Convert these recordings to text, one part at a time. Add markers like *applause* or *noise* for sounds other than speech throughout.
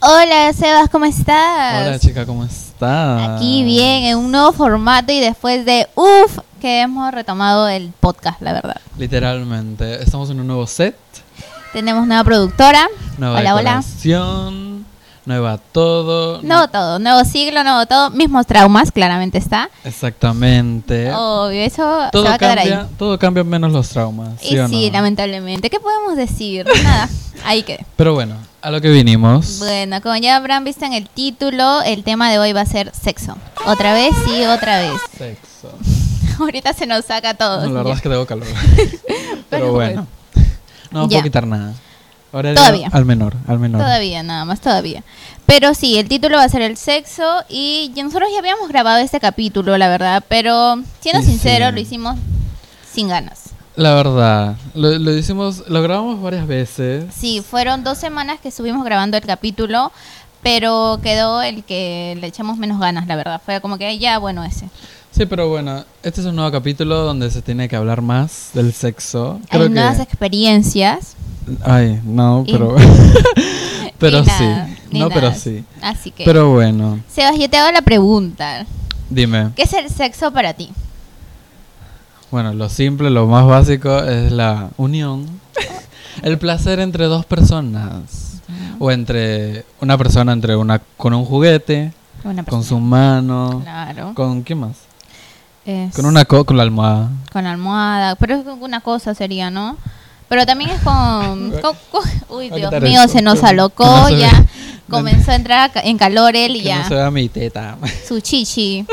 Hola, Sebas, ¿cómo estás? Hola chica, ¿cómo estás? Aquí bien, eh. en un nuevo formato y después de uff, que hemos retomado el podcast, la verdad. Literalmente, estamos en un nuevo set, Tenemos nueva productora. nueva hola, hola. decoración, nueva todo. Nuevo todo, nuevo siglo, nuevo todo, mismos traumas, claramente está. Exactamente. Obvio, eso Oh, se todo va a quedar cambia, ahí. todo cambia menos los traumas, ¿sí y o sí, no? lamentablemente. ¿Qué podemos decir? Nada, ahí quedé. Pero bueno, a lo que vinimos. Bueno, como ya habrán visto en el título, el tema de hoy va a ser sexo. Otra vez, sí, otra vez. *laughs* Sexo. Ahorita se nos saca a todos. No, la verdad es que tengo *laughs* calor. Pero Pero bueno. No Ya. puedo quitar nada. Ahora ya Todavía. al menor, al menor. Todavía, nada más, todavía. Pero sí, el título va a ser el sexo y ya- nosotros ya habíamos grabado este capítulo, la verdad, pero siendo Sí, sincero, sí. lo hicimos sin ganas. La verdad, lo, lo hicimos, lo grabamos varias veces. Sí, fueron dos semanas que estuvimos grabando el capítulo, pero quedó el que le echamos menos ganas, la verdad. Fue como que ya, bueno, ese. Sí, pero bueno, este es un nuevo capítulo donde se tiene que hablar más del sexo. Creo Hay que... nuevas experiencias. Ay, no, Y- *laughs* pero... *laughs* pero ni nada, sí. ni No, nada. pero sí. Así que, Pero bueno, Sebas, yo te hago la pregunta. dime. ¿Qué es el sexo para ti? Bueno, lo simple, lo más básico es la *laughs* unión. El placer entre dos personas. O entre una persona entre una con un juguete, Una con persona. su mano, Claro. con ¿qué más? Es- Con una co- con la almohada. Con almohada, pero es una cosa sería, ¿no? Pero también es *laughs* con... con- con- uy, Va a Dios quitar mío, eso. se nos Que- que alocó, no se ya *laughs* ve. comenzó a entrar a ca- en calor él y Que no se ya. vea mi teta. *laughs* Su chichi.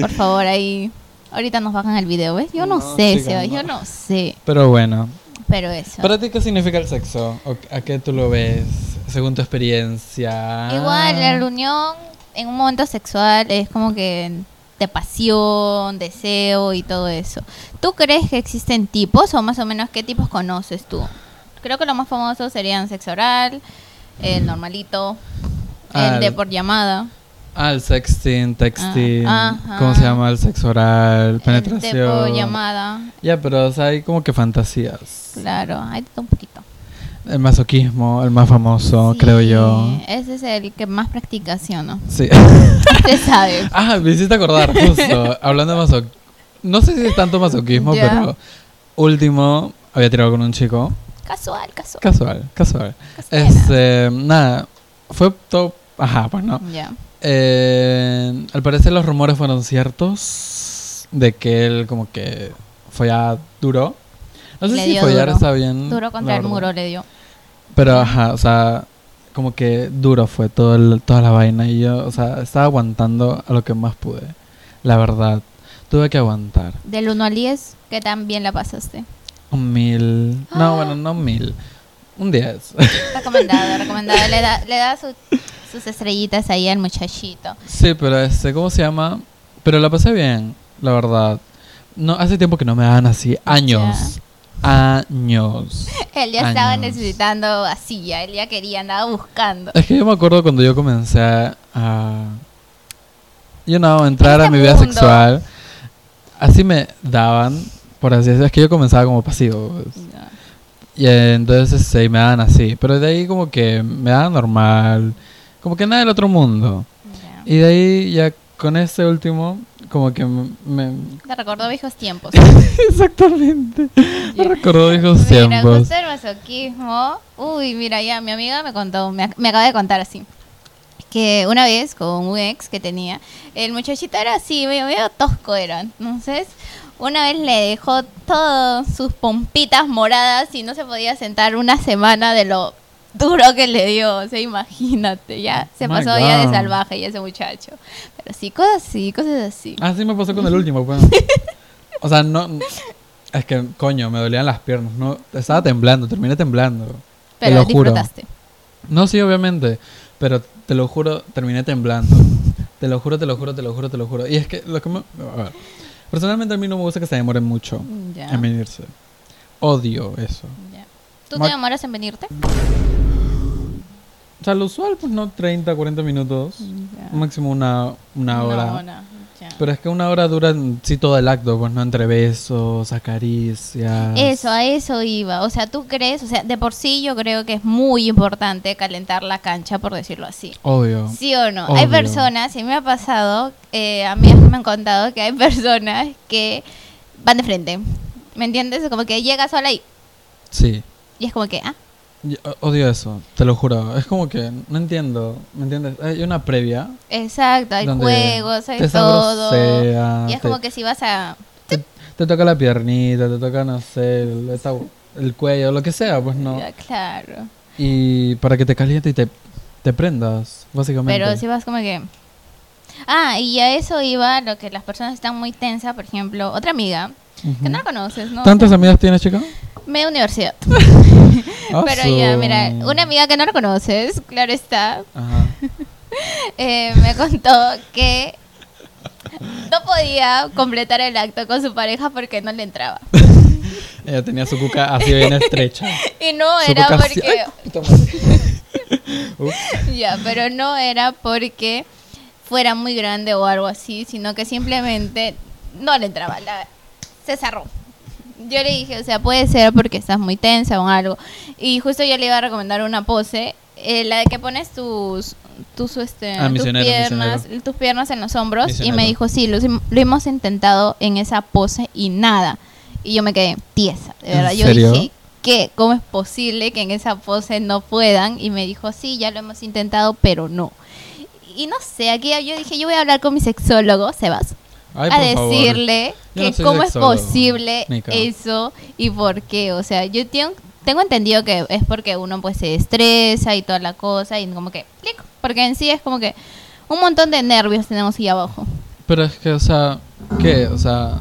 Por favor, ahí... Ahorita nos bajan el video, ¿ves? Yo no, No, sé, chica, Seba, yo no. no sé. Pero bueno, Pero eso. ¿Para ti qué significa el sexo? ¿O ¿A qué tú lo ves según tu experiencia? Igual, Ah. la reunión en un momento sexual es como que de pasión, deseo y todo eso. ¿Tú crees que existen tipos o más o menos qué tipos conoces tú? Creo que los más famosos serían sexo oral, el normalito, Ah, el de el- por llamada, Ah, el sexting, texting, Ah, ajá. Em, ¿cómo se llama? El sexo oral, el de por penetración. Ya, llamada, pero o sea, hay como que fantasías. claro, hay de todo un poquito. El masoquismo, el más famoso, creo Sí, yo. Ese es el que más practica, ¿sí o no? *laughs* Sí. Usted sabe. ah, me hiciste acordar, justo. hablando de masoquismo. No sé si es tanto masoquismo, Ya. pero último, había tirado con un chico. Casual, casual. Casual, casual. casual. Este, nada, fue top. Ajá, pues no. Ya. Eh, al parecer los rumores fueron ciertos de que él como que follaba duro. No sé Le si dio follar duro. está bien. Duro contra la el verdad. muro le dio. Pero ajá, o sea, como que duro fue todo el- toda la vaina y yo, o sea, estaba aguantando a lo que más pude. La verdad, tuve que aguantar. Del 1 al 10, ¿qué tan bien la pasaste? Un mil. Ah. *gasps* No, bueno, no un mil. Un diez. Recomendado, recomendado. Le da, le da su- sus estrellitas ahí al muchachito. Sí, pero este, ¿cómo se llama? Pero la pasé bien, la verdad. No, hace tiempo que no me dan así, años. Años. Él ya estaba Años. necesitando así, ya él ya quería, andaba buscando. Es que yo me acuerdo cuando yo comencé a you know, entrar En a este mi vida mundo. sexual. Así me daban, por así decirlo, es que yo comenzaba como pasivo. pues. Y eh, entonces este, y me daban así, pero de ahí como que me daban normal, como que nada del otro mundo. Ya. Y de ahí ya con este último, como que me- me, Te recordó viejos tiempos. Exactamente. Me recordó viejos Mira, tiempos. justo el masoquismo. Uy, mira, ya mi amiga me contó, me, ac- me acaba de contar así. Que una vez con un ex que tenía, el muchachito era así, medio, medio tosco era. Entonces, una vez le dejó todas sus pompitas moradas y no se podía sentar una semana de lo duro que le dio. O sea, imagínate, ya se Oh My pasó ya de God. salvaje ya ese muchacho. Pero sí, cosas así, cosas así. Así Ah, me pasó con el último, pues. O sea, no. Es que, coño, me dolían las piernas. No, estaba temblando, terminé temblando. te Pero lo juro. disfrutaste. No, sí, obviamente. Pero te lo juro, terminé temblando. Te lo juro, te lo juro, te lo juro, te lo juro. Y es que lo que me. a ver, Personalmente a mí no me gusta que se demoren mucho Ya, en venirse. Odio eso. ya. ¿Tú Ma- te demoras en venirte? Mm, O sea, lo usual, pues no 30, 40 minutos. Máximo una, una hora. No, no, Ya. Pero es que una hora dura en sí todo el acto, pues no entre besos, acaricias. Eso, a eso iba. O sea, tú crees, o sea, de por sí yo creo que es muy importante calentar la cancha, por decirlo así. Obvio. ¿Sí o no? Hay Obvio. personas, y me ha pasado, eh, a mí me han contado que hay personas que van de frente. ¿Me entiendes? Como que llega sola y, Sí. y es como que, ah, Yo, eh, odio eso, te lo juro. Es como que no entiendo, ¿me entiendes? Hay una previa. exacto, hay donde juegos, hay te todo. sabrosean, Y es te, como que si vas a... te, te toca la piernita, te toca, no sé, el, esta- el cuello, lo que sea, pues no. Ya, Claro. Y para que te caliente y te, te prendas, básicamente. Pero si vas como que... Ah, y a eso iba lo que las personas están muy tensas, por ejemplo, otra amiga, Ujú. que no la conoces, ¿no? ¿Tantas amigas tienes, chica? Media universidad. Ah, *laughs* Pero su- ya, mira, una amiga que no la conoces, claro está, Ajá. eh, me contó que no podía completar el acto con su pareja porque no le entraba. Ella tenía su cuca así bien estrecha. *laughs* Y no Su era boca así- porque... ¡Ay, *laughs* puta madre! *laughs* Ups. Ya, pero no era porque fuera muy grande o algo así, sino que simplemente no le entraba, la- se cerró. Yo le dije, o sea, puede ser porque estás muy tensa o algo. Y justo yo le iba a recomendar una pose, eh, la de que pones tus tus este Ah, tus misionero, piernas, tus piernas en los hombros y Misionero. me dijo, "Sí, lo, hicim- lo hemos intentado en esa pose y nada." Y yo me quedé tiesa, de ¿En verdad. Yo serio? dije, ¿qué? ¿Cómo es posible que en esa pose no puedan? Y me dijo, sí, ya lo hemos intentado, pero no. Y no sé, aquí yo dije, yo voy a hablar con mi sexólogo, Sebas, Ay, a por favor. decirle Yo que no soy cómo sexólogo, es posible Nica. eso y por qué. O sea, yo tengo, tengo entendido que es porque uno pues se estresa y toda la cosa y como que, clic, porque en sí es como que un montón de nervios tenemos ahí abajo. Pero es que, o sea, ¿qué? O sea,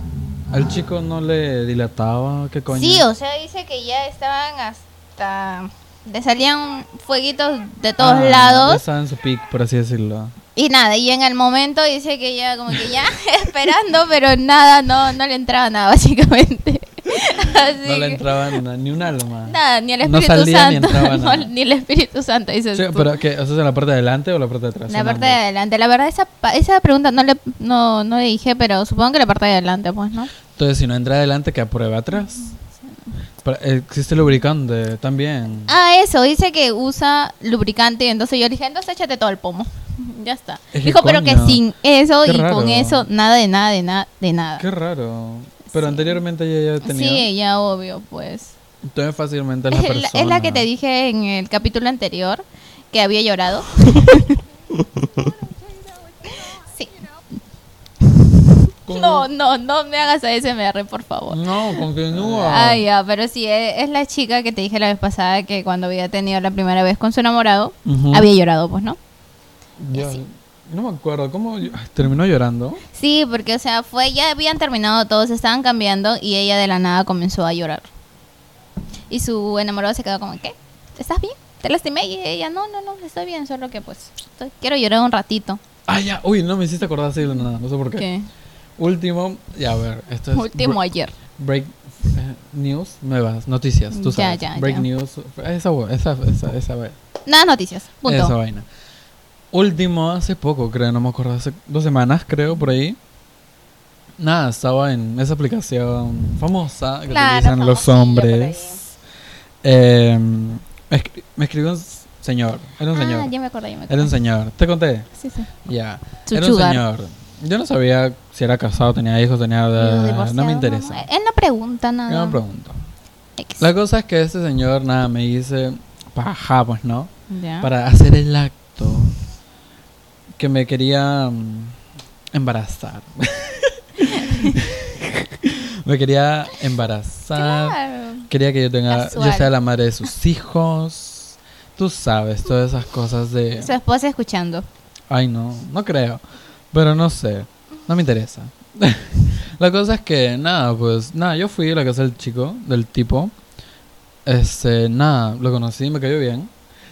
al chico no le dilataba, ¿qué coño? Sí, o sea, dice que ya estaban hasta... Le salían fueguitos de todos Ah, ya lados. Estaba en su pic, por así decirlo. Y nada, y en el momento dice que ya como que ya *laughs* esperando, pero nada, no, no le entraba nada *laughs* *laughs* básicamente. Así No le que, entraba na- ni un alma. nada, ni el No Espíritu salía ni Santo, *laughs* entraba no, nada. ni el Espíritu Santo dice Sí, pero ¿qué? ¿Eso es en la parte de adelante o la parte de atrás? la En parte de ambos. adelante, la verdad esa pa- esa pregunta no le no no le dije, pero supongo que la parte de adelante pues, ¿no? Entonces, si no entra adelante, que aprueba atrás. Pero eh, existe lubricante también. Ah, eso, dice que usa lubricante, entonces yo le dije, entonces échate todo el pomo. *laughs* Ya está. Es que Dijo, pero que coño, sin eso qué y raro. con eso nada de nada de nada de nada. Qué raro. Pero Sí. anteriormente ella ya tenía. Sí, ya obvio, pues. Entonces, fácilmente la *laughs* Es la, persona. es la que te dije en el capítulo anterior que había *laughs* llorado. sí. ¿Cómo? No, no, no me hagas ASMR, por favor. No, continúa. Ay, ya, pero sí, e- es la chica que te dije la vez pasada que cuando había tenido la primera vez con su enamorado, Ujú. había llorado, pues, ¿no? Ya, No me acuerdo. ¿Cómo yo- ay, terminó llorando? Sí, porque, o sea, fue, ya habían terminado todos, estaban cambiando y ella de la nada comenzó a llorar. Y su enamorado se quedó como, ¿qué? ¿Estás bien? ¿Te lastimé? Y ella, no, no, no, estoy bien, solo que pues estoy- quiero llorar un ratito. Ah, ya. Uy, no me hiciste acordar así de la nada. No sé por qué. ¿Qué? Último. Ya, a ver. Esto es Último bre- ayer. break eh, news. Nuevas noticias. Tú Ya, sabes. ya, break ya. news. Esa, hue- esa, esa, esa, vaina. Nada de noticias, punto. Esa vaina. Último, hace poco, creo. No me acuerdo. Hace dos semanas, creo, por ahí. Nada, estaba en esa aplicación famosa que Claro, utilizan los famosilla por ahí. hombres. Eh, me, escri- me escribió un s- señor. Era un Ah, señor. ya me acordé, ya me acordé. Era un señor. Te conté. Sí, sí. Ya. Su Era un sugar. señor. Yo no sabía si era casado, tenía hijos, tenía. Medio eh, No, divorciado, me interesa. no, Él no pregunta nada. Yo me pregunto. X. La cosa es que este señor, nada, me dice. Paja, pues no. Ya. Para hacer el acto. Que me quería. mm, embarazar. *laughs* me quería embarazar. Claro. Quería que yo tenga. Yo Casual. sea la madre de sus hijos. Tú sabes, todas esas cosas de. Su esposa escuchando. Ay, no, no creo. Pero no sé, no me interesa. *laughs* la cosa es que, nada, pues, nada, yo fui a la casa del chico, del tipo. Este, nada, lo conocí, me cayó bien.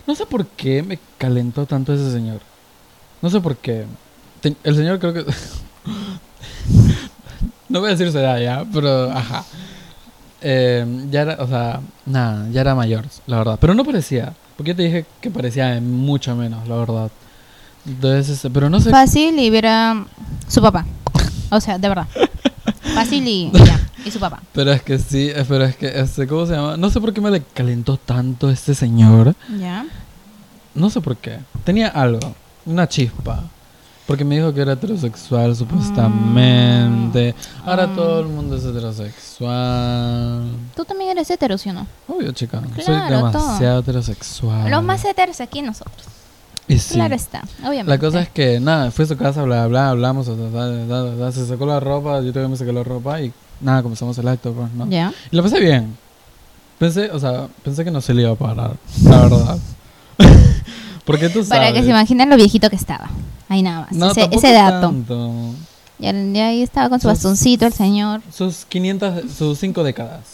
No sé por qué me calentó tanto ese señor. No sé por qué. Te- el señor creo que... *laughs* no voy a decir su edad ya, pero, ajá. Eh, ya era, o sea, nada, ya era mayor, la verdad. Pero no parecía, porque yo te dije que parecía de mucho menos, la verdad. Entonces, este, pero no sé Fácil y viera su papá. O sea, de verdad. Fácil y, y ya. Y su papá. Pero es que sí, eh, pero es que, este, ¿cómo se llama? No sé por qué me le calentó tanto este señor. Ya. No sé por qué. Tenía algo, una chispa. Porque me dijo que era Ah. heterosexual, supuestamente. Ahora Mm. todo el mundo es heterosexual. Tú también eres hetero, ¿sí o no? Obvio, chica. soy Claro, todo. demasiado heterosexual. Los más heteros aquí nosotros. Y Ah. sí. Claro está, obviamente. La cosa es que, nada, fui a su casa, bla, bla, hablamos, ta, ta, ta, ta, ta, ta, se sacó la ropa, yo también me saqué la ropa y nada, comenzamos el acto, pues, ¿no? Ya. Y lo pasé bien. Pensé, o sea, pensé que no se le iba a parar, la *laughs* verdad. Porque tú sabes. Para que se imaginen lo viejito que estaba. Ahí nada más. No, ese, tampoco ese dato. tanto. Ya, ya ahí estaba con su Sus- bastoncito el señor. Sus 500, sus 5 décadas.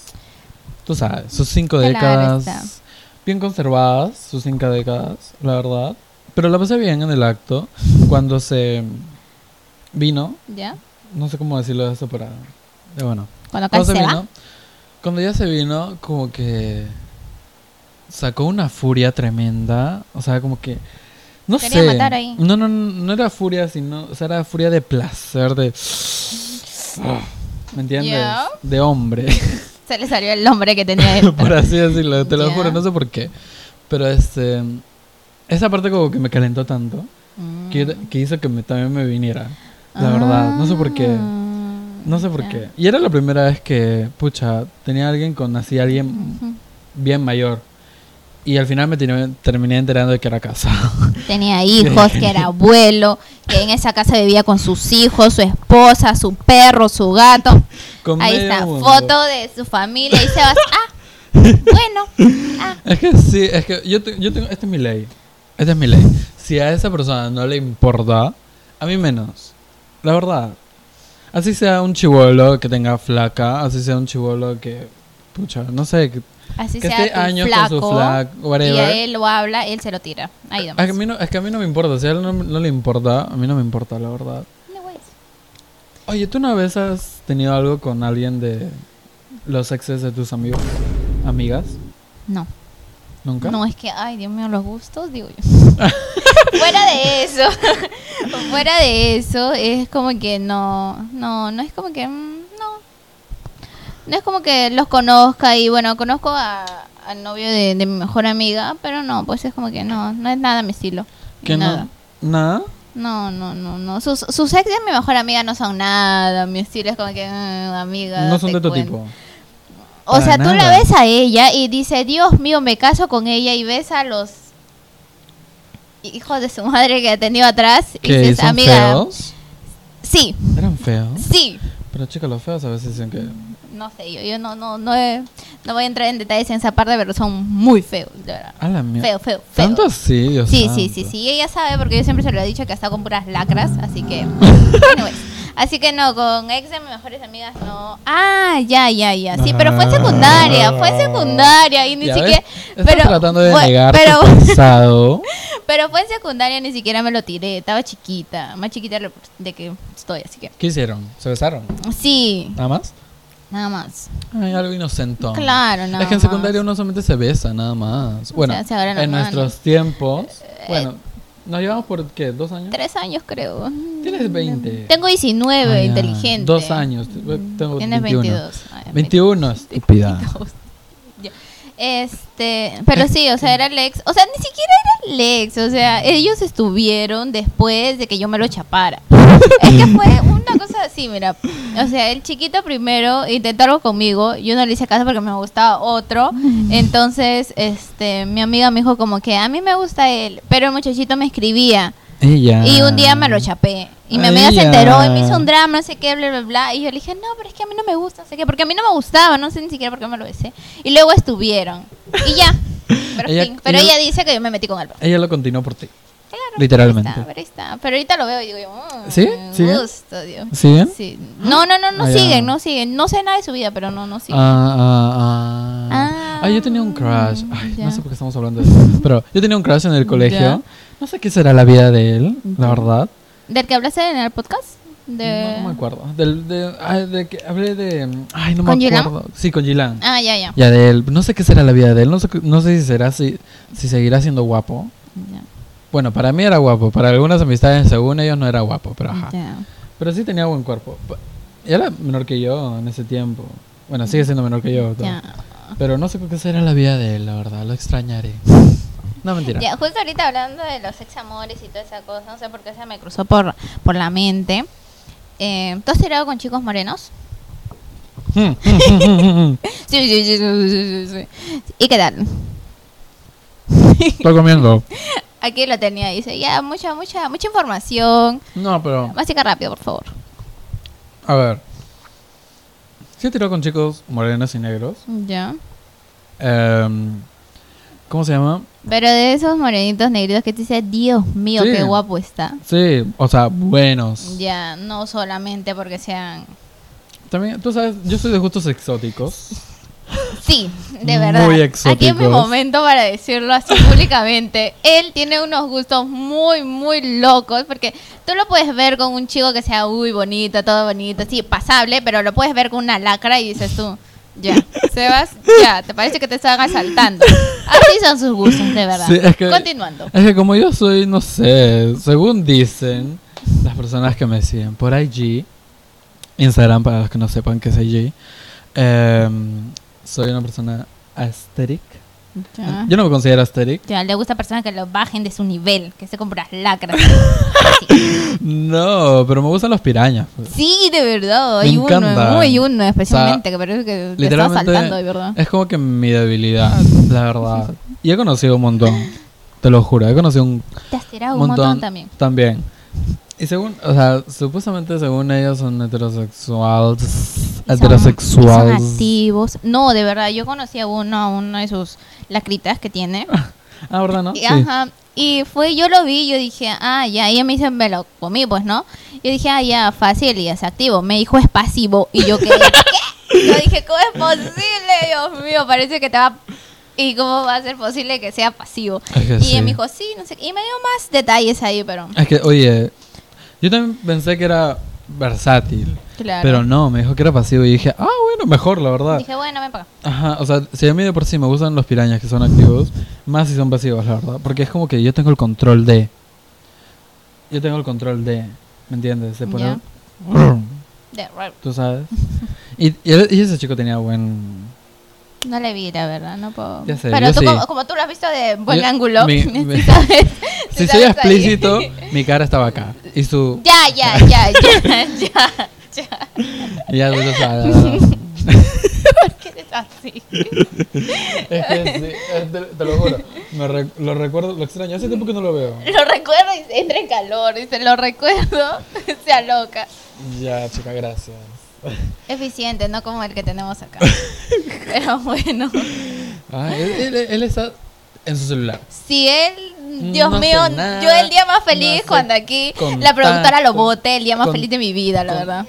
Tú sabes, sus 5 Claro décadas. está. Bien conservadas, sus 5 décadas, la verdad. Pero la pasé bien en el acto. Cuando se vino, ¿Ya? no sé cómo decirlo eso, pero pero bueno. Cuando acá Cuando se se va. vino, cuando ya se vino, como que sacó una furia tremenda, o sea, como que no Quería sé. matar ahí. No, no, no era furia, sino, o sea, era furia de placer, de ¿Me entiendes? Ya. De hombre, *laughs* Se le salió el nombre que tenía él. por así decirlo, te lo Ya. juro, no sé por qué. Pero este esa parte como que me calentó tanto Mm. que, que hizo que me- también me viniera. La verdad, no sé por qué. Ah. No sé por Ya. qué. Y era la primera vez que, pucha, tenía alguien con así alguien Ujú. bien mayor. Y al final me tiné- terminé enterando de que era casado. Tenía hijos, que era abuelo, que en esa casa vivía con sus hijos, su esposa, su perro, su gato. *laughs* Con Ahí medio está, mundo. foto de su familia y se va. Ah, bueno. Ah, Es que sí, es que yo, te- yo tengo... Esta es mi ley. Esta es mi ley. Si a esa persona no le importa, a mí menos. La verdad. Así sea un chivolo que tenga flaca, así sea un chivolo que... Pucha, no sé, que, así que sea esté tu años flaco. con su flaco, y whatever. Ah, a él lo habla, él se lo tira. Ahí Es que, a nomás. mí no, es que a mí no me importa, si a él no, no le importa, a mí no me importa, la verdad. No, pues. güey. Oye, ¿tú una vez has tenido algo con alguien de los exes de tus amigos? ¿Amigas? No, ¿Nunca? no es que, ay, Dios mío, los gustos, digo yo. *laughs* Fuera de eso, *laughs* fuera de eso, es como que no, no, no es como que, mm, no. No es como que los conozca y bueno, conozco a- al novio de, de mi mejor amiga, pero no, pues es como que no, no es nada mi estilo. ¿Que no? nada. ¿Nada? No, no, no, no. Sus, sus ex de mi mejor amiga no son nada. Mi estilo es como que, mm, amiga. No son date de tu cuenta. tipo. O Para sea, tú la nada. ves a ella y dice, Dios mío, me caso con ella y ves a los hijos de su madre que ha tenido atrás. Y ¿Que dices, son amiga. feos? Sí, ¿Eran feos? sí. Pero chicas, los feos a veces dicen que... No sé, yo, yo no, no, no, he- no voy a entrar en detalles en esa parte, pero son muy feos, de verdad. A la mierda. Feo, feo, feo. ¿Tanto así, Dios Sí, sí, sí, santo? sí. Ella sabe porque yo siempre se lo he dicho que ha estado con puras lacras, así *laughs* que. anyways. Así que no, con ex de mis mejores amigas no. Ah, ya, ya, ya. Sí, pero fue en secundaria, fue en secundaria y ni Ya siquiera. Ah. ves, Estás Pero, tratando de pues. fue- negar pero, tu pasado. *laughs* pero fue en secundaria, ni siquiera me lo tiré. Estaba chiquita, más chiquita de lo- de que estoy, así que. ¿Qué hicieron? *laughs* ¿Se besaron? Sí, ¿Nada más? nada más. Ay, algo inocente. Claro, nada Es que en más. secundaria uno solamente se besa, nada más. Bueno, sea, se agarran las en manos. nuestros tiempos. Eh, Bueno, nos llevamos por qué, dos años. Tres años creo. Tienes 20. Tengo 19, Ah, ya. inteligente. Dos años. te- Tengo Tienes eh, 21. 22. Ay, *laughs* 21, estúpida. Ya. Este, pero sí, o sea, era Lex, o sea, ni siquiera era Lex, o sea, ellos estuvieron después de que yo me lo chapara. es que fue una cosa así, mira, o sea, el chiquito primero intentó algo conmigo, yo no le hice caso porque me gustaba otro, entonces, este, mi amiga me dijo como que a mí me gusta él, pero el muchachito me escribía Ella. y un día me lo chapé. Y mi amiga se Ella. enteró y me hizo un drama, no sé qué, bla, bla, bla. Y yo le dije, no, pero es que a mí no me gusta, no sé qué, porque a mí no me gustaba, no sé ni siquiera por qué me lo besé. Y luego estuvieron. Y *laughs* ya. Pero, Ella- fin. Pero ella- ella, dice que yo me metí con Álvaro. Ella lo continuó por ti. Claro, Literalmente. ahí está, pero, ahí está. Pero ahorita lo veo y digo, yo, mm, ¿Sí? me ¿Siguen? gusta, Dios. ¿Siguen? Sí. No, no, no, no Ah, ya. siguen, no siguen. No sé nada de su vida, pero no, no siguen. Ah, ah, ah. Ah, Ay, yo tenía un crush. Ay, ya. no sé por qué estamos hablando de eso. Pero yo tenía un crush en el colegio. Ya. No sé qué será la vida de él, la verdad. ¿Del que hablaste en el podcast? De... Ah. No, no me acuerdo. Del, de, ay, de que hablé de. mm, Ay, no ¿Con me Gilan? acuerdo. Sí, con Gilan. Ah, ya, ya. Ya de él. No sé qué será la vida de él. No sé, no sé si será si, si seguirá siendo guapo. Ya, Bueno, para mí era guapo. Para algunas amistades, según ellos, no era guapo. Pero ajá. ya. Pero sí tenía buen cuerpo. Pa- Era menor que yo en ese tiempo. Bueno, sigue siendo menor que yo. todo. Ya. Pero no sé qué será la vida de él, la verdad. *laughs* Lo extrañaré. No, mentira. Ya, justo ahorita hablando de los ex amores y toda esa cosa, no sé por qué se me cruzó por, por la mente. Eh, ¿Tú has tirado con chicos morenos? Mm, mm, mm, *laughs* mm, mm. Sí, sí, sí, sí, sí, sí, sí. ¿Y qué tal? Lo comiendo. Aquí lo tenía, dice, ya, mucha, mucha, mucha información. No, pero. Mastica rápido, por favor. A ver. Sí he tirado con chicos morenos y negros. Ya. Em, ¿Cómo se llama? Pero de esos morenitos negritos que te dice, Dios mío, Sí. qué guapo está. Sí, o sea, buenos. Ya, no solamente porque sean... También, tú sabes, yo soy de gustos exóticos. Sí, de Muy verdad. Aquí es mi exóticos. momento para decirlo *laughs* así públicamente. Él tiene unos gustos muy, muy locos porque tú lo puedes ver con un chico que sea uy, bonito, todo bonito, sí, pasable, pero lo puedes ver con una lacra y dices tú, ya, Sebas, ya, te parece que te están asaltando. Así son sus gustos, de verdad. Sí, es que- Continuando. Es que como yo soy, no sé, según dicen las personas que me siguen por IG, Instagram para los que no sepan qué es IG, em, soy una persona asteric. Ya. Yo no me considero asteric. Ya, le gusta a personas que lo bajen de su nivel, que se compren las *laughs* lacras. No, pero me gustan los pirañas. pues. Sí, de verdad. Me Hay uno, encantan. muy uno especialmente, O sea, que parece que te está literalmente- asaltando, de verdad. Es como que mi debilidad, Ah, la verdad. Y he conocido un montón, te lo juro, he conocido un Te has tirado Ah, un montón, también. También. Y según, o sea, supuestamente según ellos son heterosexuales. Son- Heterosexuales. Son activos. No, de verdad, yo conocí a uno, a uno de sus lacritas que tiene. Ah, ¿verdad, no? Y, Sí. Ajá. Y fue, yo lo vi, yo dije, ah, ya. Y ella me dice, me lo comí, pues, ¿no? Yo dije, ah, ya, fácil, y es activo. Me dijo, es pasivo. Y yo, ¿qué? *laughs* ¿Qué? Yo dije, ¿cómo es posible? Dios mío, parece que te va... ¿Y cómo va a ser posible que sea pasivo? Es que y ella sí. me dijo, sí, no sé qué. Y me dio más detalles ahí, pero... Es que, oye, yo también pensé que era versátil. Claro. Pero no, me dijo que era pasivo y dije, ah, bueno, mejor, la verdad. Dije, bueno, ven para acá. Ajá, o sea, si a mí de por sí me gustan los pirañas que son activos, más si son pasivos, la verdad. Porque es como que yo tengo el control de. Yo tengo el control de. ¿Me entiendes? Se pone. De raro. Tú sabes. Y, y él- y ese chico tenía buen. No le vi, la verdad, no puedo. Ya sé, Pero yo tú, sí. como, como tú lo has visto de buen Yo- ángulo, *laughs* mi- sí mi- sabes, sí Si soy sabes ahí. explícito, mi cara estaba acá. Y su. Ya, ya, *laughs* ya, ya, ya, ya. y ya tú lo sabes. ¿Por qué eres así? es que sí, es de- te lo juro. me re- lo recuerdo, lo extraño. Hace tiempo que no lo veo. Lo recuerdo y se entra en calor, dice, lo recuerdo, *laughs* se aloca. Ya, chica, gracias. Eficiente, no como el que tenemos *laughs* acá. Pero bueno, Ah, él, él- él está en su celular. si él, Dios No hace mío, nada, yo el día más no feliz hace cuando aquí la contacto, productora lo bote, el día más con- feliz de mi vida, la con- verdad.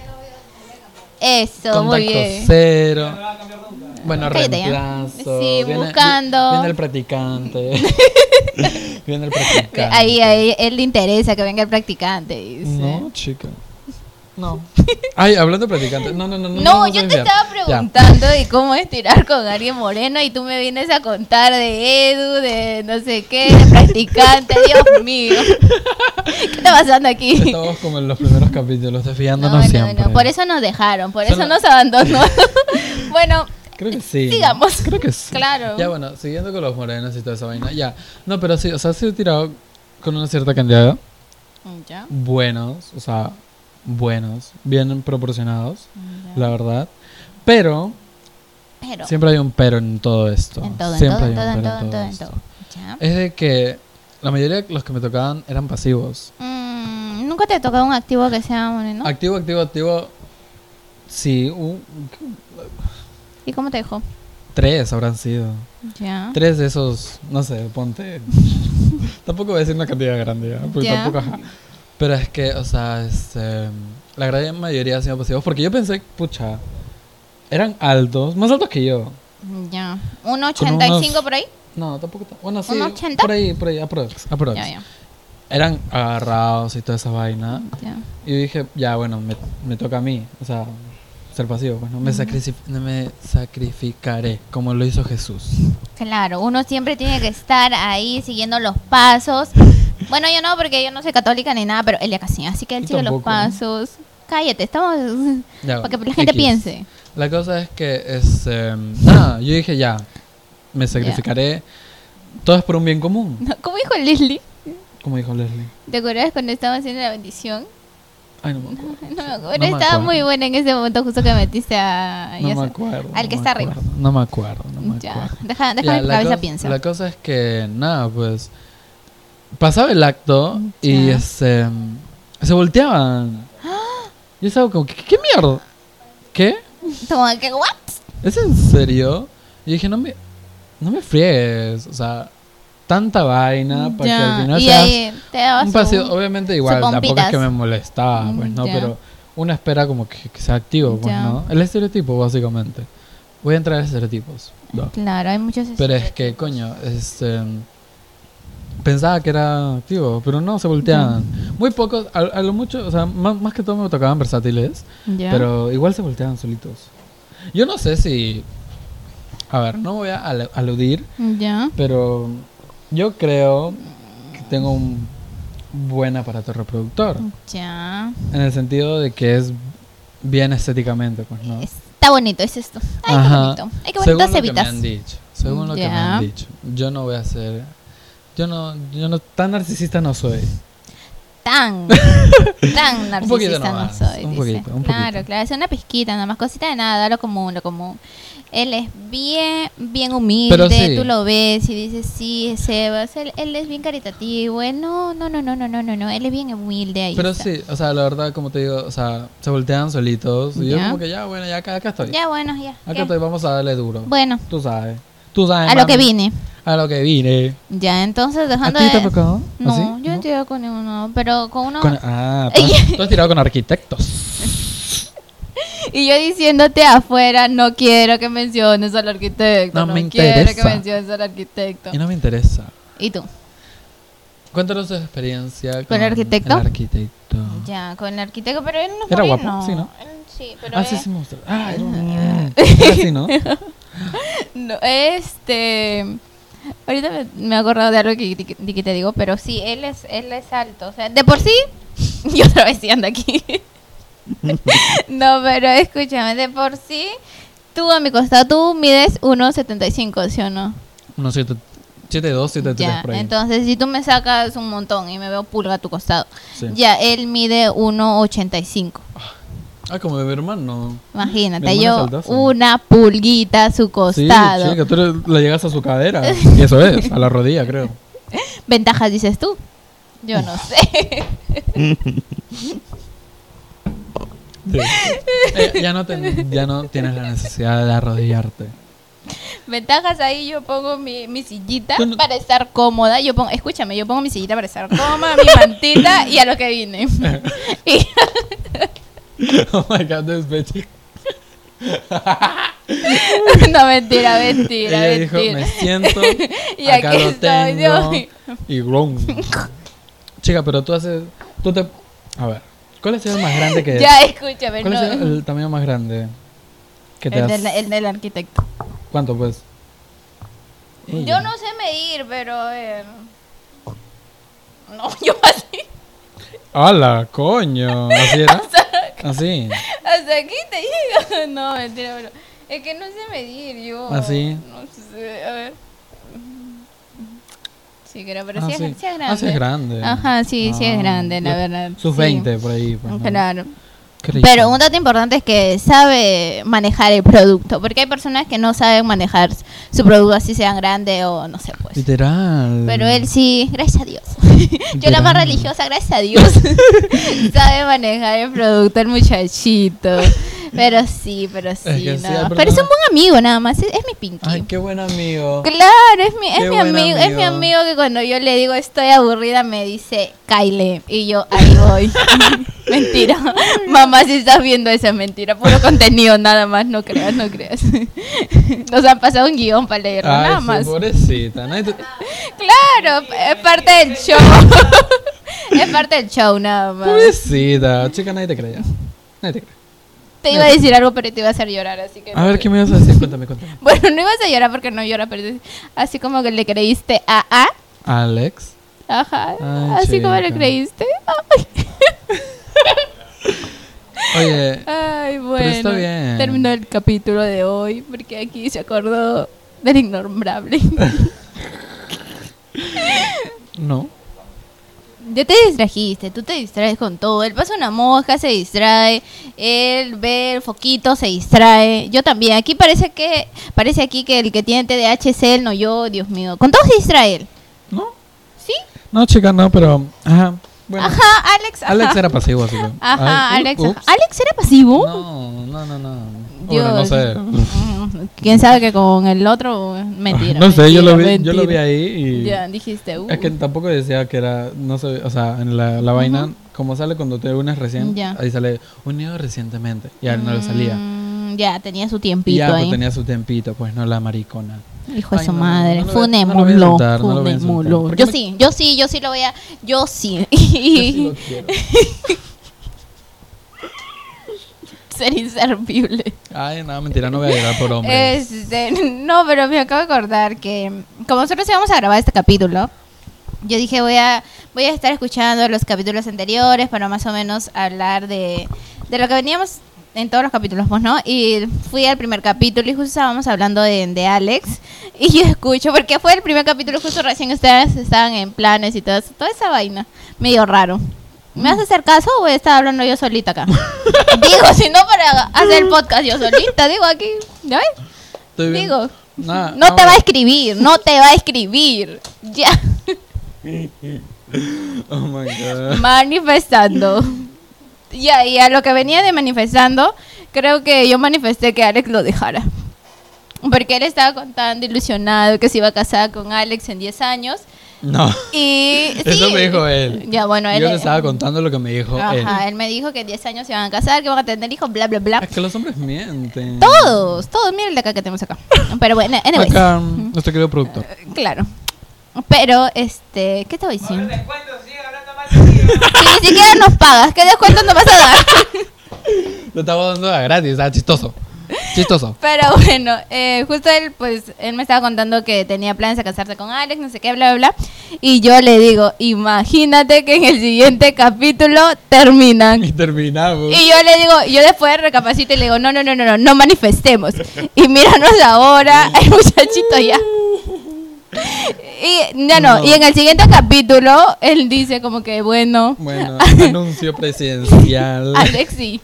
Eso, Contacto muy bien. cero. Bueno, Cállate ya. reemplazo. Sí, viene- buscando. Viene el practicante. *laughs* viene el practicante. Ahí, ahí, él le interesa que venga el practicante. dice. No, chica. No. Ay, hablando de practicantes. No, no, no. No, No, no, yo no, te ya. estaba Ya. preguntando de cómo es tirar con alguien moreno y tú me vienes a contar de Edu, de no sé qué, *laughs* de practicante, Dios mío. ¿Qué está pasando aquí? Estamos como en los primeros capítulos, No, desviándonos no, siempre. no, por eso nos dejaron, por Solo- eso nos *laughs* abandonó. bueno, Creo que sí. Sigamos. Creo que sí. Claro. Ya, bueno, siguiendo con los morenos y toda esa vaina. Ya. No, pero sí, o sea, sí he tirado con una cierta cantidad. ya, Buenos, o sea, buenos. Bien proporcionados, la verdad. Pero, pero siempre hay un pero en todo esto. en todo, en todo, siempre en hay todo, un en pero todo, en todo, en esto. todo. Ya. Es de que la mayoría de los que me tocaban eran pasivos. Mm, Nunca te ha tocado un activo que sea moreno. Activo, activo, activo. Sí, un- ¿Y cómo te dejó? tres habrán sido. Ya. Tres de esos, no sé, *laughs* ponte. tampoco voy a decir una cantidad grande, ya, porque Ya. tampoco. ajá. Pero es que, o sea, este, la gran mayoría han sido pasivos. Porque yo pensé, pucha, eran altos, más altos que yo. Ya. ¿Un 85 unos- por ahí? No, tampoco. ta- Bueno, sí. ¿Un 80? Por ahí, por ahí, aprox. aprox. Ya, ya. Eran agarrados y toda esa vaina. ya. Y yo dije, ya, bueno, me, me toca a mí, o sea, ser pasivo, pues, ¿no? me, sacrifi- no me sacrificaré, como lo hizo Jesús. Claro, uno siempre tiene que estar ahí siguiendo los pasos. Bueno, yo no, porque yo no soy católica ni nada, pero él ya casi, así que él Yo sigue los tampoco. ¿eh? pasos. cállate, estamos... Ya, para que la gente X. piense. La cosa es que es... eh, nada, yo dije ya, me sacrificaré. Todo es por un bien común, No, ¿Cómo dijo Leslie? como dijo Leslie. ¿Te acuerdas cuando estábamos haciendo la bendición? *laughs* Ay, no me acuerdo. No me acuerdo, me estaba acuerdo. muy buena en ese momento justo que metiste a... No ya me sé. acuerdo. al que no me está arriba. acuerdo, No me acuerdo, no me Ya, acuerdo. deja, deja Ya, que mi la cabeza cos- piensa. *laughs* La cosa es que, nada, pues. Pasaba el acto y Ya. este, se *gasps* volteaban. Yo estaba como, ¿qué, qué mierda? ¿Qué? Como que, ¿what? ¿Es en serio? Y dije, no me, no me friegues. O sea, tanta vaina para que Mm, Ya, al final y seas ahí te dabas un paseo. un- Obviamente, igual, tampoco es pompitas. que me molestaba, Mm, pues no, ya. pero uno espera como que, que sea activo, pues Ya. no. El estereotipo, básicamente. Voy a entrar en estereotipos. No. Claro, hay muchos... Pero es que, coño, este, pensaba que era activo, pero no, se volteaban. Muy pocos, a, a lo mucho, o sea, más, más que todo me tocaban versátiles, Ya. pero igual se volteaban solitos. Yo no sé si... A ver, no voy a al- aludir, Ya. pero yo creo que tengo un buen aparato reproductor, Ya. en el sentido de que es bien estéticamente, pues no. Está bonito, es esto. Ay, qué Ajá. bonito. Ay, qué según bonitas lo que me cebitas. han dicho, según lo que me Ya. han dicho, yo no voy a ser, yo no, yo no, tan narcisista no soy. *laughs* Tan, tan narcisista poquito no nomás, soy. un dice. poquito, un Claro, poquito. claro, es una pesquita, nada más cosita de nada, lo común, lo común. Él es bien, bien humilde, Pero sí. tú lo ves y dices, sí, es Sebas, él, él es bien caritativo, él no, no, no, no, no, no, no, no, él es bien humilde ahí. Pero está. sí, o sea, la verdad, como te digo, o sea, se voltean solitos y yo Ya. como que ya, bueno, ya acá, acá estoy, Ya, bueno, ya. acá ¿qué? estoy, vamos a darle duro. Bueno, Tú sabes, tú sabes. a lo mami, que vine. A lo que vine. Ya, entonces ¿A dejando ti te ha de... tocado? No, ¿Así? yo no he tirado con ninguno, pero con uno... Con- ah, tú *laughs* has, tú has tirado con arquitectos. Y yo diciéndote afuera, no quiero que menciones al arquitecto. No, No me quiero que interesa. menciones al arquitecto. Y no me interesa. ¿Y tú? Cuéntanos tu experiencia con, el arquitecto? El arquitecto. Ya, con el arquitecto, pero él no Era fue, guapo, no. sí, ¿no? Él Sí, pero Ah, él- sí, sí me mostró. Ah, era un- era así, ¿no? *laughs* no, este... Ahorita me, me he acordado de algo que, que- que te digo, pero sí, él es, él es alto. O sea, de por sí, *laughs* yo otra vez sí ando aquí. *laughs* no, pero escúchame, de por sí, tú a mi costado, tú mides 1,75, ¿sí o no? Unos 7, 7, 2, 7, 3 Ya, por ahí. entonces si tú me sacas un montón y me veo pulga a tu costado, Sí. ya él mide 1,85. Ah, como de mi hermano. Imagínate, Mi hermana yo es altaza. una pulguita a su costado. Sí, chica, tú le- le llegas a su cadera. Y eso es, a la rodilla, creo. ¿Ventajas dices tú? Yo *laughs* no sé. *laughs* Sí. Eh, ya, no ten- ya no tienes la necesidad de arrodillarte. Ventajas ahí yo pongo mi, mi sillita Tú no- para estar cómoda. Yo pongo, escúchame, yo pongo mi sillita para estar cómoda, mi *laughs* mantita y a lo que vine. Y- *laughs* *laughs* Oh my god, this bitch. no, mentira, mentira, Ella dijo, mentira. me siento. *laughs* y acá aquí lo estoy, Dios tengo. mío. Y grum. Chica, pero tú haces. Tú te. A ver, ¿cuál ha sido el más grande que. Ya, escúchame, Eh, ¿Cuál no. ha sido el tamaño más grande que te El has. del, el del arquitecto. ¿Cuánto, pues? Yo no sé medir, pero. eh, No, *laughs* yo así. ¡Hala, coño! *laughs* ¿Así era? Así. Hasta aquí te llego. *laughs* No, mentira, pero. Es que no sé medir, yo. Así. No sé, a ver. Sí, creo, pero Ah, sí, es, sí es grande. Ah, sí es grande. Ajá, sí, sí es Ah, grande, la yo- verdad. Sus sí. 20 por ahí. pues, ¿no? Claro. Qué rico. Pero un dato importante es que sabe manejar el producto, porque hay personas que no saben manejar su producto así sean grande o no sé, pues. Literal. Pero él sí, gracias a Dios. Yo la Literal. más religiosa, gracias a Dios. *laughs* Sabe manejar el producto el muchachito. Pero sí, pero sí. que sí, hay no. personas- Pero es un buen amigo nada más, es, es mi pinky. Ay, qué buen amigo. Claro, es mi, es Qué mi buen amigo, es mi amigo amigo. que cuando yo le digo estoy aburrida me dice Kyle y yo ahí voy. *laughs* mentira. Mamá, si estás viendo eso es mentira, *laughs* puro contenido nada más, no creas, no creas. *laughs* Nos han pasado un guión para leerlo, Ay, nada sí, más. pobrecita. Nadie te- Claro, es parte del show. *laughs* es parte del show nada más. Pobrecita. Chica, nadie te creía. Nadie te cree. Te iba a decir algo, pero te iba a hacer llorar, así que... A ver, ¿qué me ibas *laughs* a decir? Cuéntame, cuéntame. Bueno, no ibas a llorar porque no llora, pero así como que le creíste a A. Alex. Ajá. Ay, así como le chica. creíste. Ay. Oye, *laughs* Ay, bueno. pero está bien. Terminó el capítulo de hoy porque aquí se acordó del *laughs* innombrable. No. Ya te distrajiste, tú te distraes con todo. Él pasa una mosca, se distrae. Él ve el foquito, se distrae. Yo también. Aquí parece que parece aquí que el que tiene TDAH es él, no yo. Dios mío. Con todo se distrae él. No. ¿Sí? No, chica, no, pero. Ajá. Bueno. Ajá, Alex. Ajá. Alex era pasivo, así que. Ajá, Ay, u- Alex. ups. ajá. ¿Alex era pasivo? No, no, no, no. Dios. Bueno, no sé. Mm, *laughs* ¿Quién sabe que con el otro? Mentira. *laughs* no sé, yo lo vi, mentira, yo lo vi mentira. ahí y. Ya, dijiste. uh, Es que tampoco decía que era, no sé, o sea, en la, la vaina, como sale cuando te unes recién, Ya. ahí sale unido recientemente, y a él no le salía. uh, mm, Ya, tenía su Y tiempito ya, pues ahí. tenía su tempito, pues no la maricona. Hijo de Ay, su no, no, madre, no lo voy- no lo voy a funémoslo, insultar, no lo voy a insultar. funémoslo. ¿Por qué Yo me- *laughs* sí, yo sí, yo sí lo voy a, yo *laughs* sí. Yo sí lo quiero. *laughs* Ser inservible. Ay, no, mentira, no voy a llorar por hombre. Este, *laughs* no, pero me acabo de acordar que como nosotros íbamos a grabar este capítulo, yo dije voy a, voy a estar escuchando los capítulos anteriores para más o menos hablar de, de lo que veníamos en todos los capítulos, pues, ¿no? Y fui al primer capítulo y justo estábamos hablando de, de Alex *laughs* y yo escucho, porque fue el primer capítulo justo recién ustedes estaban en planes y todo eso, toda esa vaina, medio raro. ¿Me vas a hacer caso o voy a estar hablando yo solita acá? *laughs* digo, si no para hacer el podcast yo solita, digo aquí, ¿ya ves? Estoy bien- digo, Nah, No te va a Ah, bueno. escribir, no te va a escribir. *laughs* Ya, Oh my *laughs* god. manifestando. Ya, y a lo que venía de manifestando, creo que yo manifesté que Alex lo dejara. Porque él estaba con- tan ilusionado que se iba a casar con Alex en 10 años. No. Y. Eso sí. me dijo él. Ya, bueno, él. eh, Yo le estaba contando lo que me dijo Ajá, él. él me dijo que en 10 años se van a casar, que van a tener hijos, bla, bla, bla. Es que los hombres mienten. Todos, todos, miren la acá que tenemos acá. Pero bueno, anyways. *laughs* Acá, nuestro querido productor. Claro. Pero, este, ¿qué estaba diciendo? descuento, sigue hablando *laughs* más seguido. Si ni siquiera nos pagas, ¿qué descuento nos vas a dar? *laughs* Lo estaba dando a gratis, estaba chistoso. Chistoso. Pero bueno, eh, justo él, pues, él me estaba contando que tenía planes de casarse con Alex, no sé qué, bla, bla, bla. Y yo le digo, imagínate que en el siguiente capítulo terminan. Y terminamos. Y yo le digo, yo después recapacito y le digo, no, no, no, no, no, no manifestemos. Y míranos ahora, *laughs* el muchachito ya. Y ya no, No. y en el siguiente capítulo él dice como que, bueno, *laughs* Bueno, anuncio presidencial. Alex sí.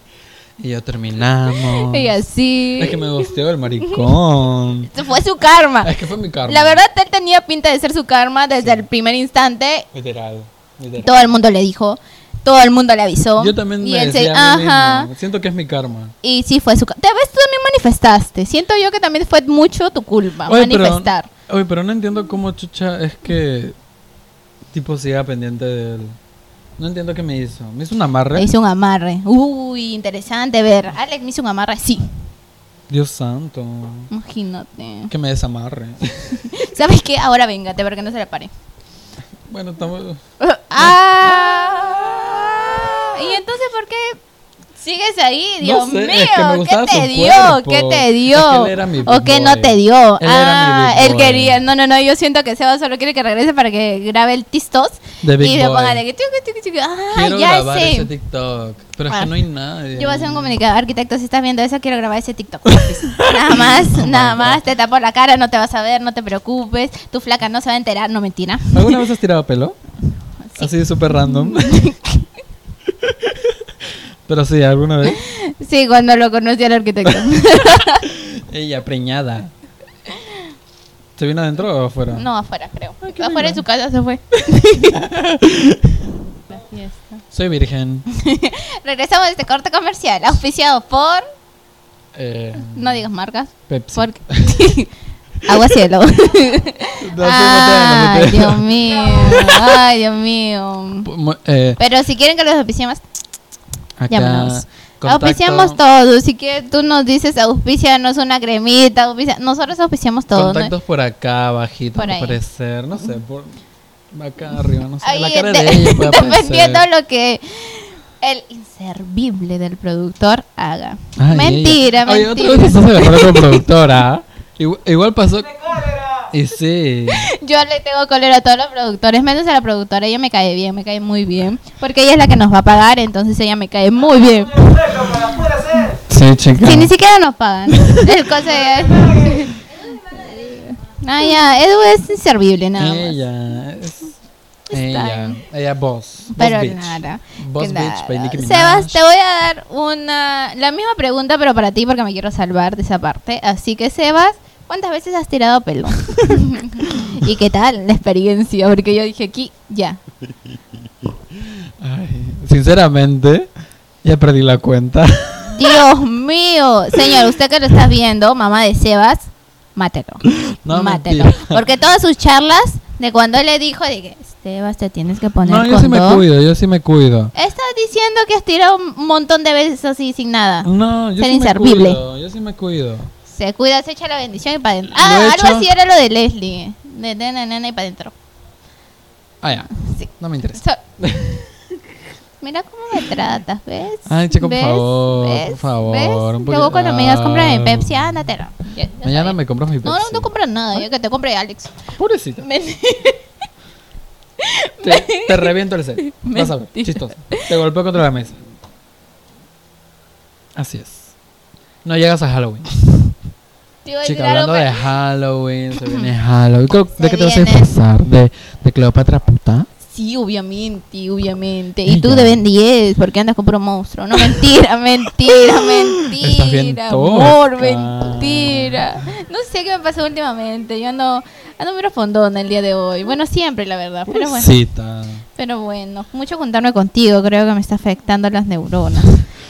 Y ya terminamos. Y así. Es que me gusteó el *laughs* maricón. Fue su karma. Es que fue mi karma. La verdad, él tenía pinta de ser su karma desde el primer instante. Literal. literal. Todo el mundo le dijo, todo el mundo le avisó. Yo también y me él se- decía a mí ajá. mismo, Siento que es mi karma. Y sí fue su karma. Te ves, tú también manifestaste. Siento yo que también fue mucho tu culpa Oye, pero- manifestar. oye, pero no entiendo cómo Chucha es que tipo siga pendiente de él. No entiendo qué me hizo. Me hizo un Le amarre. hizo un amarre. Uy, interesante ver. Alex me hizo un amarre, sí. Dios santo. Imagínate. *laughs* Que me desamarre. *laughs* ¿Sabes qué? Ahora véngate para que no se le pare. bueno, estamos... Ah, y entonces, ¿por qué sigues ahí? Dios No sé, mío, es que me gustaba ¿qué te su dio? cuerpo. ¿Qué te Es dio? que él era mi big ¿O qué boy. no te dio? Él ah, era mi big él boy. quería. No, no, no, yo siento que Seba solo quiere que regrese para que grabe el tistos The Big y le Boy. ponga de que. tucu, tucu, tucu. Ah, Quiero ya grabar ese sé. TikTok. Pero es Ah. que no hay nadie. Yo voy a hacer un comunicado, arquitecto, si estás viendo eso, quiero grabar ese TikTok. *laughs* *laughs* nada más, nada más, te tapo la cara, no te vas a ver, no te preocupes, tu flaca no se va a enterar, no mentira. *laughs* ¿Alguna vez has tirado pelo? Así *laughs* súper random. Pero sí, alguna vez. Sí, cuando lo conocí al arquitecto. *laughs* Ella preñada. ¿Se vino adentro o afuera? No, afuera, creo. Ay, qué afuera lindo. en su casa se fue. *laughs* La fiesta. Soy virgen. Regresamos a este corte comercial, auspiciado por. Eh, No digas marcas. Pepsi. Por. *laughs* Agua *laughs* cielo. Ay, No, sí, no te- *laughs* Dios no mío. Ay, Dios mío. te- Mo- eh, Pero si quieren que los auspiciemos, Llámanos. acá. contacto. auspiciamos todo. Si quieres, tú nos dices auspicianos una cremita. auspicia- Nosotros auspiciamos todo. ¿no? Contactos por acá, abajito, Por por ahí. parecer. No sé, por acá arriba, no sé. Ahí la cara de- *laughs* de ella puede aparecer. dependiendo lo que el inservible del productor haga. Ay, mentira, ella. Oye, otra vez mentira. estás *laughs* agarrando con productora. Igual, igual pasó. ¡De cólera! Y sí. Yo le tengo cólera a todos los productores, menos a la productora. Ella me cae bien, me cae muy bien. Porque ella es la que nos va a pagar, entonces ella me cae muy bien. Un sueldo para Sí, chica. Si ni siquiera nos pagan. *laughs* El cosa es. *laughs* Ah, ya, Edu es inservible, nada más. Ella es. Está Ella. Ella boss. Boss Pero bitch. nada. Boss que bitch by nada. Nicki Minaj. Sebas, te voy a dar una la misma pregunta, pero para ti, porque me quiero salvar de esa parte. Así que, Sebas, ¿cuántas veces has tirado pelo? *laughs* ¿Y qué tal la experiencia? Porque yo dije aquí, ya. Ay, sinceramente, ya perdí la cuenta. Dios mío. Señor, usted que lo está viendo, mamá de Sebas, mátelo. No, mátelo. mentira. Porque todas sus charlas, de cuando él le dijo, dije, Sebas, te tienes que poner No, yo sí condón. me cuido, yo sí me cuido. Estás diciendo que has tirado un montón de veces así sin nada. No, Ah, yo Ser sí me inservible. cuido. Yo sí me cuido. Se cuida, se echa la bendición y para adentro. Lo he Ah, hecho. algo así era lo de Leslie. De nena, nena y para adentro. Ah, ya. Sí. No me interesa. *laughs* So- Mira cómo me tratas, ¿ves? Ay, chico, por ¿Ves? favor, por favor, un poquito- Luego cuando me digas, cómprame Ah. Pepsi, ándatela. Ya- ya Mañana sabía. me compras mi No, Pepsi. no te compras nada, ¿Ah? yo que te compre Alex. *laughs* *laughs* Pobrecita. Ven- Te, te reviento *laughs* el set. Vas a ver, Mentira. chistoso. Te golpeo contra la mesa. Así es. No llegas a Halloween. Te iba a decir Chica, algo, hablando de pero- Halloween, *laughs* se viene Halloween. Creo- Se ¿De qué te vas a viene. disfrazar? ¿De, de Cleopatra puta? Sí, obviamente, obviamente. Ella. Y tú de Ben 10, porque andas con puro monstruo. No, *laughs* mentira, mentira, Estás bien mentira. Amor, tosca. mentira. No sé qué me pasó últimamente. Yo ando, ando muy respondona el día de hoy. Bueno, siempre, la verdad. Pero bueno, Pobrecita. pero bueno. Mucho juntarme contigo. Creo que me está afectando las neuronas.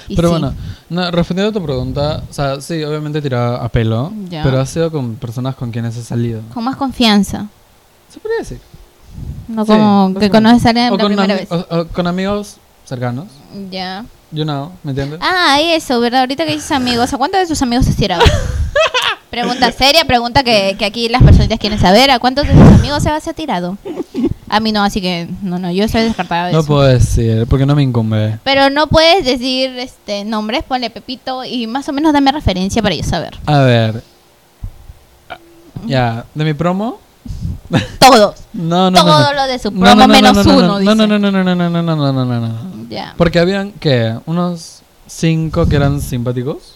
Y Pero sí. bueno, no, respondiendo a tu pregunta, o sea, sí, obviamente tiraba a pelo, Ya. pero ha sido con personas con quienes he salido. Con más confianza. Se podría decir. No Sí, como que básicamente. conoces a alguien O la con, primera ami- vez. o- o con amigos cercanos. Ya. You know, ¿me entiendes? Ah, eso, ¿verdad? Ahorita que dices amigos, ¿a cuántos de sus amigos has *laughs* tirado? Pregunta seria, pregunta que, que aquí las personas quieren saber. ¿A cuántos de sus amigos se ha tirado? A mí no, así que no, no, yo estoy descartada de no eso. puedo decir, porque no me incumbe. Pero no puedes decir este nombres, ponle Pepito y más o menos dame referencia para yo saber. A ver. Ya, de mi promo. Todos, No, no, no, todo no. lo de su No, promo no, no, menos no, no, uno, no, dice. No, no, no, no, no, no, no, no, no, no, no, no. Ya. Porque habían, ¿qué? Unos cinco que eran simpáticos.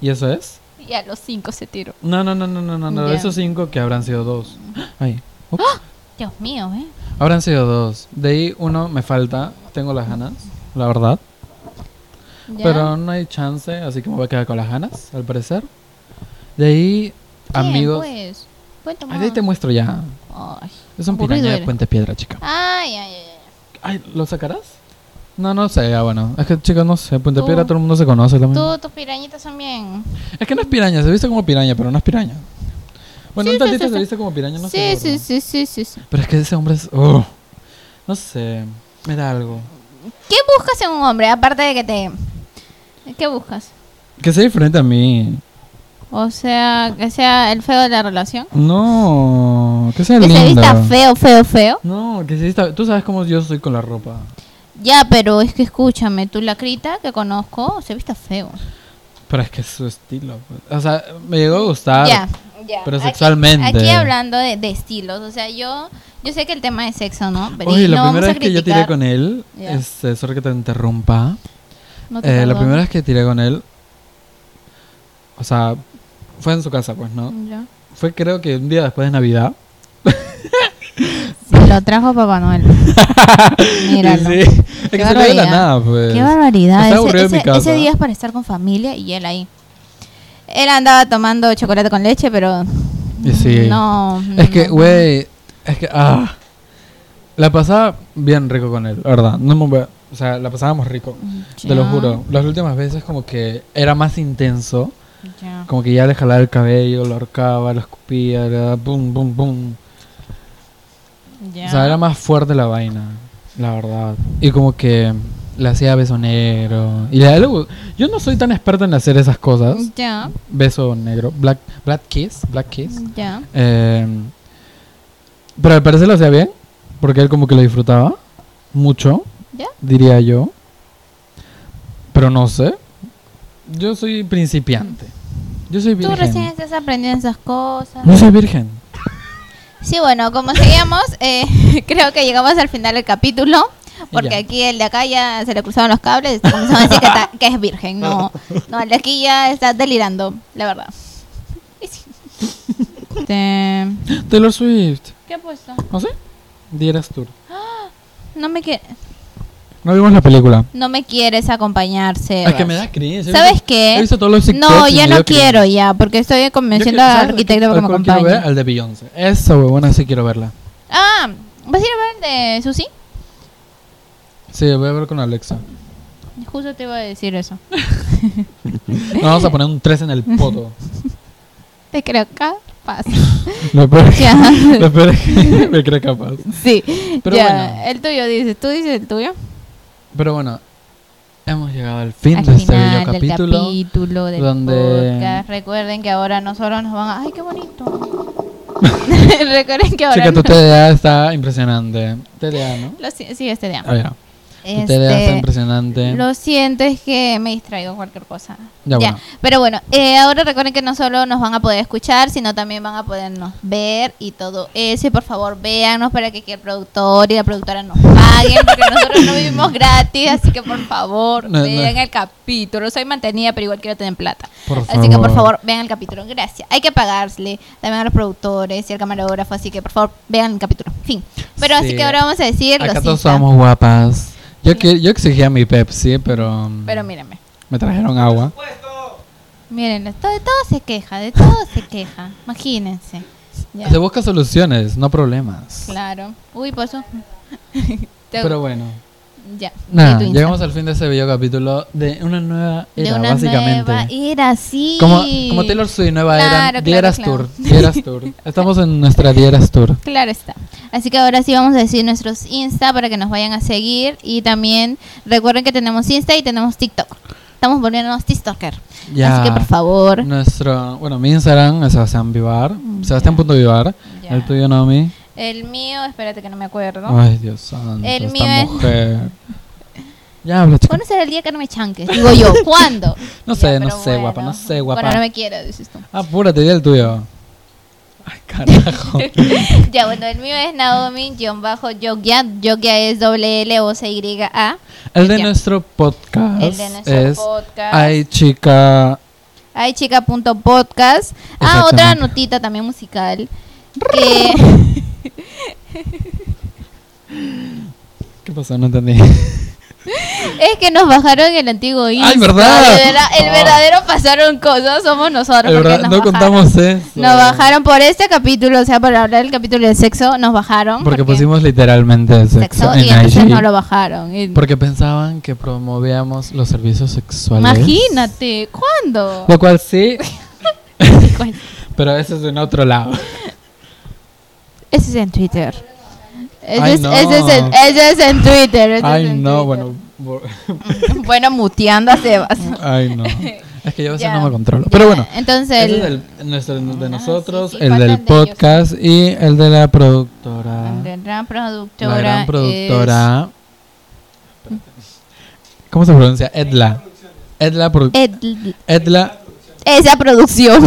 ¿Y eso es? Y a los cinco se tiró. No, no, no, no, no, no, no. Ya. Esos cinco que habrán sido dos. Ay. ups. Dios mío, ¿eh? Habrán sido dos. De ahí uno me falta. Tengo las ganas, la verdad. Ya. Pero no hay chance, así que me voy a quedar con las ganas, al parecer. De ahí, ¿Quién, amigos. pues? Puede Ay, tomar. de ahí te muestro ya. Ay. Es un Aburrido piraña de eres. Puente Piedra, chica. Ay, ay, ay, Ay, ¿lo sacarás? No, no sé, ya bueno. Es que, chicas, no sé. Puente Tú. Piedra todo el mundo se conoce ay. también. Tú, tus pirañitas son bien. Es que no es piraña, se viste como piraña, pero no es piraña. Bueno, Sí, sí, un tantito sí, se sí. viste como piraña, no sí, sé. sí, sí, sí, sí, sí. Pero es que ese hombre es. oh, no sé, me da algo. ¿Qué buscas en un hombre? Aparte de que te... ¿Qué buscas? Que sea diferente a mí. O sea, que sea el feo de la relación. No, que sea Que se lindo. vista feo, feo, feo. No, que se vista. Tú sabes cómo yo soy con la ropa. Ya, pero es que escúchame, tú la crita que conozco se vista feo. Pero es que es su estilo. pues. O sea, me llegó a gustar. Ya, ya. Ah, Pero Aquí- sexualmente. Aquí, hablando de, de estilos, o sea, yo yo sé que el tema es sexo, ¿no? Pero Oye, y la no primera vamos a vez que yo tiré criticar. con él, Ya. este, sorry que te interrumpa. No te Eh, la perdono. primera vez que tiré con él, o sea, fue en su casa, pues, ¿no? Ya. Fue creo que un día después de Navidad. Se lo trajo Papá *laughs* Noel. *laughs* Míralo. Y sí, es Qué que salió de la barbaridad. nada, pues. Qué barbaridad. Estaba Ese, aburrido en mi ese- casa. ese día es para estar con familia y él ahí. Él andaba tomando chocolate con leche, pero. Y sí. Mm, No. Es que, no. güey, es que, ah. La pasaba bien rico con él, la verdad. No me voy a- o sea, la pasábamos rico. Te lo Ya, juro. Las últimas veces como que era más intenso. ya. Como que ya le jalaba el cabello, lo ahorcaba, lo escupía, le daba pum, pum, pum. Ya. O sea, era más fuerte la vaina, la verdad. Y como que le hacía beso negro. Y a él le gu- yo no soy tan experto en hacer esas cosas. Ya. Beso negro, black, black kiss, black kiss. Ya. Eh, pero al parecer lo hacía bien, porque él como que lo disfrutaba mucho, Ya. diría yo. Pero no sé. Yo soy principiante. Yo soy Tú recién virgen. estás aprendiendo esas cosas. No soy virgen. *laughs* Sí, bueno, como seguíamos, eh, creo que llegamos al final del capítulo. Porque ya. aquí el de acá ya se le cruzaron los cables y comenzó a decir que, está- que es virgen. No, no, el de aquí ya está delirando, la *laughs* verdad. Y sí. Este, Taylor Swift. ¿Qué ha puesto? ¿No sé? Dieras Tour. No me, quie- No vimos la película. no me quieres acompañarse. Es que me da cringe. He Eh, ¿Sabes visto- qué? He visto todos los No, ya no quiero ya, porque estoy convenciendo al arquitecto que para me Quiero ver acompañe. al de Beyoncé. Esa huevona sí quiero verla. Ah, ¿vas a ir a ver el de Susi? Sí, voy a ver con Alexa. Justo te iba a decir eso. Nos vamos a poner un 3 en el *laughs* poto. Te creo *laughs* capaz. Lo peor, Ya. lo peor es que *laughs* me creo capaz. Sí. Pero ya, bueno. El tuyo dices, tú dices el tuyo. Pero bueno, hemos llegado al fin Al de este final bello del capítulo. capítulo del donde- podcast. Recuerden que ahora no solo nos van a... ¡Ay, qué bonito! *laughs* Recuerden que ahora... Chica, tu no- TDA está impresionante. TDA, ¿no? Lo si- sí, este día. Ah, ya. Tu TDA está Este, impresionante. Lo siento, es que me distraigo con cualquier cosa. Ya, bueno. Pero bueno, eh, ahora recuerden que no solo nos van a poder escuchar, sino también van a podernos ver y todo eso. Y por favor, véanos para que aquí el productor y la productora nos paguen, *laughs* porque nosotros no vivimos gratis. Así que por favor, No, no. vean el capítulo. Soy mantenida, pero igual quiero tener plata. Por Así que por favor, vean el capítulo. Gracias. Hay que pagarle también a los productores y al camarógrafo. Así que por favor, vean el capítulo. Fin. Pero Sí. así que ahora vamos a decir Acá los todos Insta. somos guapas. Yo, que, yo exigía mi Pepsi, pero. mm, Pero mírame. Me trajeron agua. Puesto. Miren, de todo, se queja, de todo se queja. Imagínense. Ya, Se busca soluciones, no problemas. claro. Uy, por eso. *laughs* Te- Pero bueno. ya. Nada, de tu Insta. llegamos al fin de este video capítulo de una nueva De era, una básicamente. nueva era, sí. Como, como Taylor Swift, nueva Claro, era. claro, Dieras claro. Tour. *laughs* Dieras Tour. Estamos en nuestra Dieras Tour. Claro está. Así que ahora sí vamos a decir nuestros Insta para que nos vayan a seguir. Y también recuerden que tenemos Insta y tenemos TikTok. Estamos volviéndonos TikToker. Ya. Así que por favor. Nuestro, bueno, mi Instagram es Sebastián Vivar. Mm, Sebastián.vivar. Ya. El tuyo, Naomi. El mío, espérate que no me acuerdo. Ay, Dios santo. El esta mío es- *laughs* mujer. Ya habla, chica. ¿Cuándo será el día que no me chanques? Digo yo, ¿cuándo? *laughs* No Ya, sé, no pero sé, guapa, no sé, guapa. Bueno, no me quiero, dices tú. Apúrate, di el tuyo. Ay, carajo. ya, bueno, el mío es Naomi-Yogya. Yogya es doble L O C Y A. El de Ya. nuestro podcast El de nuestro es podcast. Ay, chica. Ay, chica.podcast. Ah, otra Exactamente. notita también musical. *laughs* Que ¿Qué pasó? No entendí. *laughs* es que nos bajaron el antiguo Insta. ¿verdad? De verdad, el Ah. verdadero pasaron cosas, somos nosotros. De porque verdad, nos no bajaron. contamos eso. Nos bajaron por este capítulo, o sea, por hablar del capítulo de sexo, nos bajaron. Porque pusimos literalmente sexo, sexo y en entonces IG. no lo bajaron. Y- Porque pensaban que promovíamos los servicios sexuales. Imagínate, ¿cuándo? Lo cual sí, *laughs* pero eso es en otro lado. Ese es en Twitter. Ese, Ay, es, no. ese es en, ese es en Twitter. ese es Ay, en no, Twitter. bueno. bo- *laughs* *laughs* Bueno, muteando a Sebas. Ay, *laughs* no. Es que yo a veces Ya, no me controlo. ya, Pero bueno. Entonces, Ese es el- el nuestro, de Ah, nosotros, sí, sí, el faltan del de podcast y el de la productora. la gran productora. La gran es- productora. ¿Cómo se pronuncia? Edla. Edla, produ- Eh. Ed- Edla, esa producción.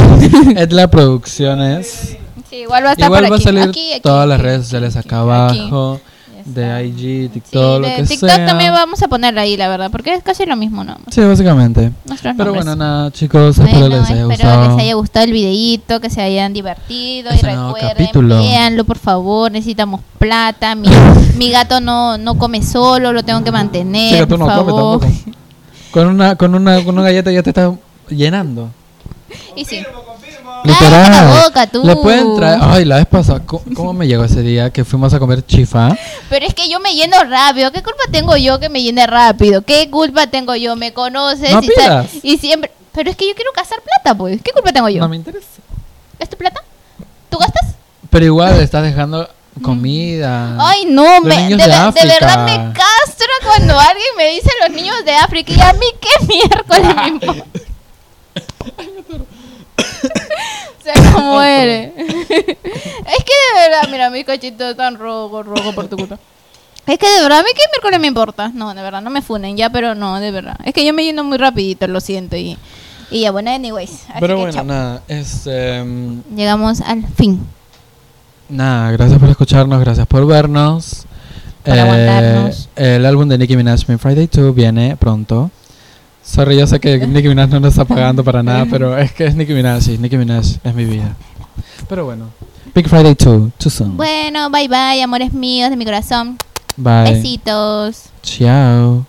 Edla Producciones. Sí, igual va a estar Igual por va a aquí. salir Aquí, aquí, todas las aquí, redes aquí, sociales aquí, acá aquí. abajo. Ya está. De IG, Sí, TikTok, lo de que TikTok sea. también vamos a ponerla ahí, la verdad, porque es casi lo mismo, ¿no? Sí, básicamente. Nuestros Pero nombres. bueno, nada, chicos. pues. Bueno, espero les haya espero gustado. les haya gustado el videíto, que se hayan divertido Este y nuevo recuerden, capítulo. véanlo por favor, necesitamos plata, mi, *laughs* mi gato no, no come solo, lo tengo que mantener, Chica, tú por no comes favor. tampoco. Con una, con, una, con una galleta ya te estás llenando. *laughs* y sí, Confirmo, confirmo. Cállate la Literal. boca, tú. Le pueden traer. Ay, la vez pasada. ¿Cómo, cómo me llegó ese día que fuimos a comer chifa? pero es que yo me lleno rápido, ¿qué culpa tengo yo que me llene rápido? ¿Qué culpa tengo yo? Me conoces No y, sa- pidas. y siempre, pero es que yo quiero gastar plata, pues, ¿qué culpa tengo yo? No me interesa. ¿Es tu plata? ¿Tú gastas? Pero igual le estás dejando comida. Mm. Ay, no, Los me, de, niños de ver- de África. verdad me castra cuando alguien me dice los niños de África. Y a mí, ¿qué miércoles me importa? *laughs* Se muere. es que de verdad, mira, mis cachitos están rojos, rojos por tu culpa. Es que de verdad, a mí qué miércoles me importa. No, de verdad, no me funen ya, pero no, de verdad. Es que yo me lleno muy rapidito, lo siento. Y, y ya, bueno, anyways. Así Pero que bueno, chao. nada. Este, mm, Llegamos al fin. nada, gracias por escucharnos, gracias por vernos. por Eh, aguantarnos. El álbum de Nicki Minaj, My Friday 2, viene pronto. Sorry, yo *laughs* sé que Nicki Minaj no nos está pagando para nada, pero es que es Nicki Minaj, sí, Nicki Minaj es mi vida. Pero bueno, Big Friday 2, too soon. Bueno, bye bye, amores míos de mi corazón. Bye. Besitos. Chao.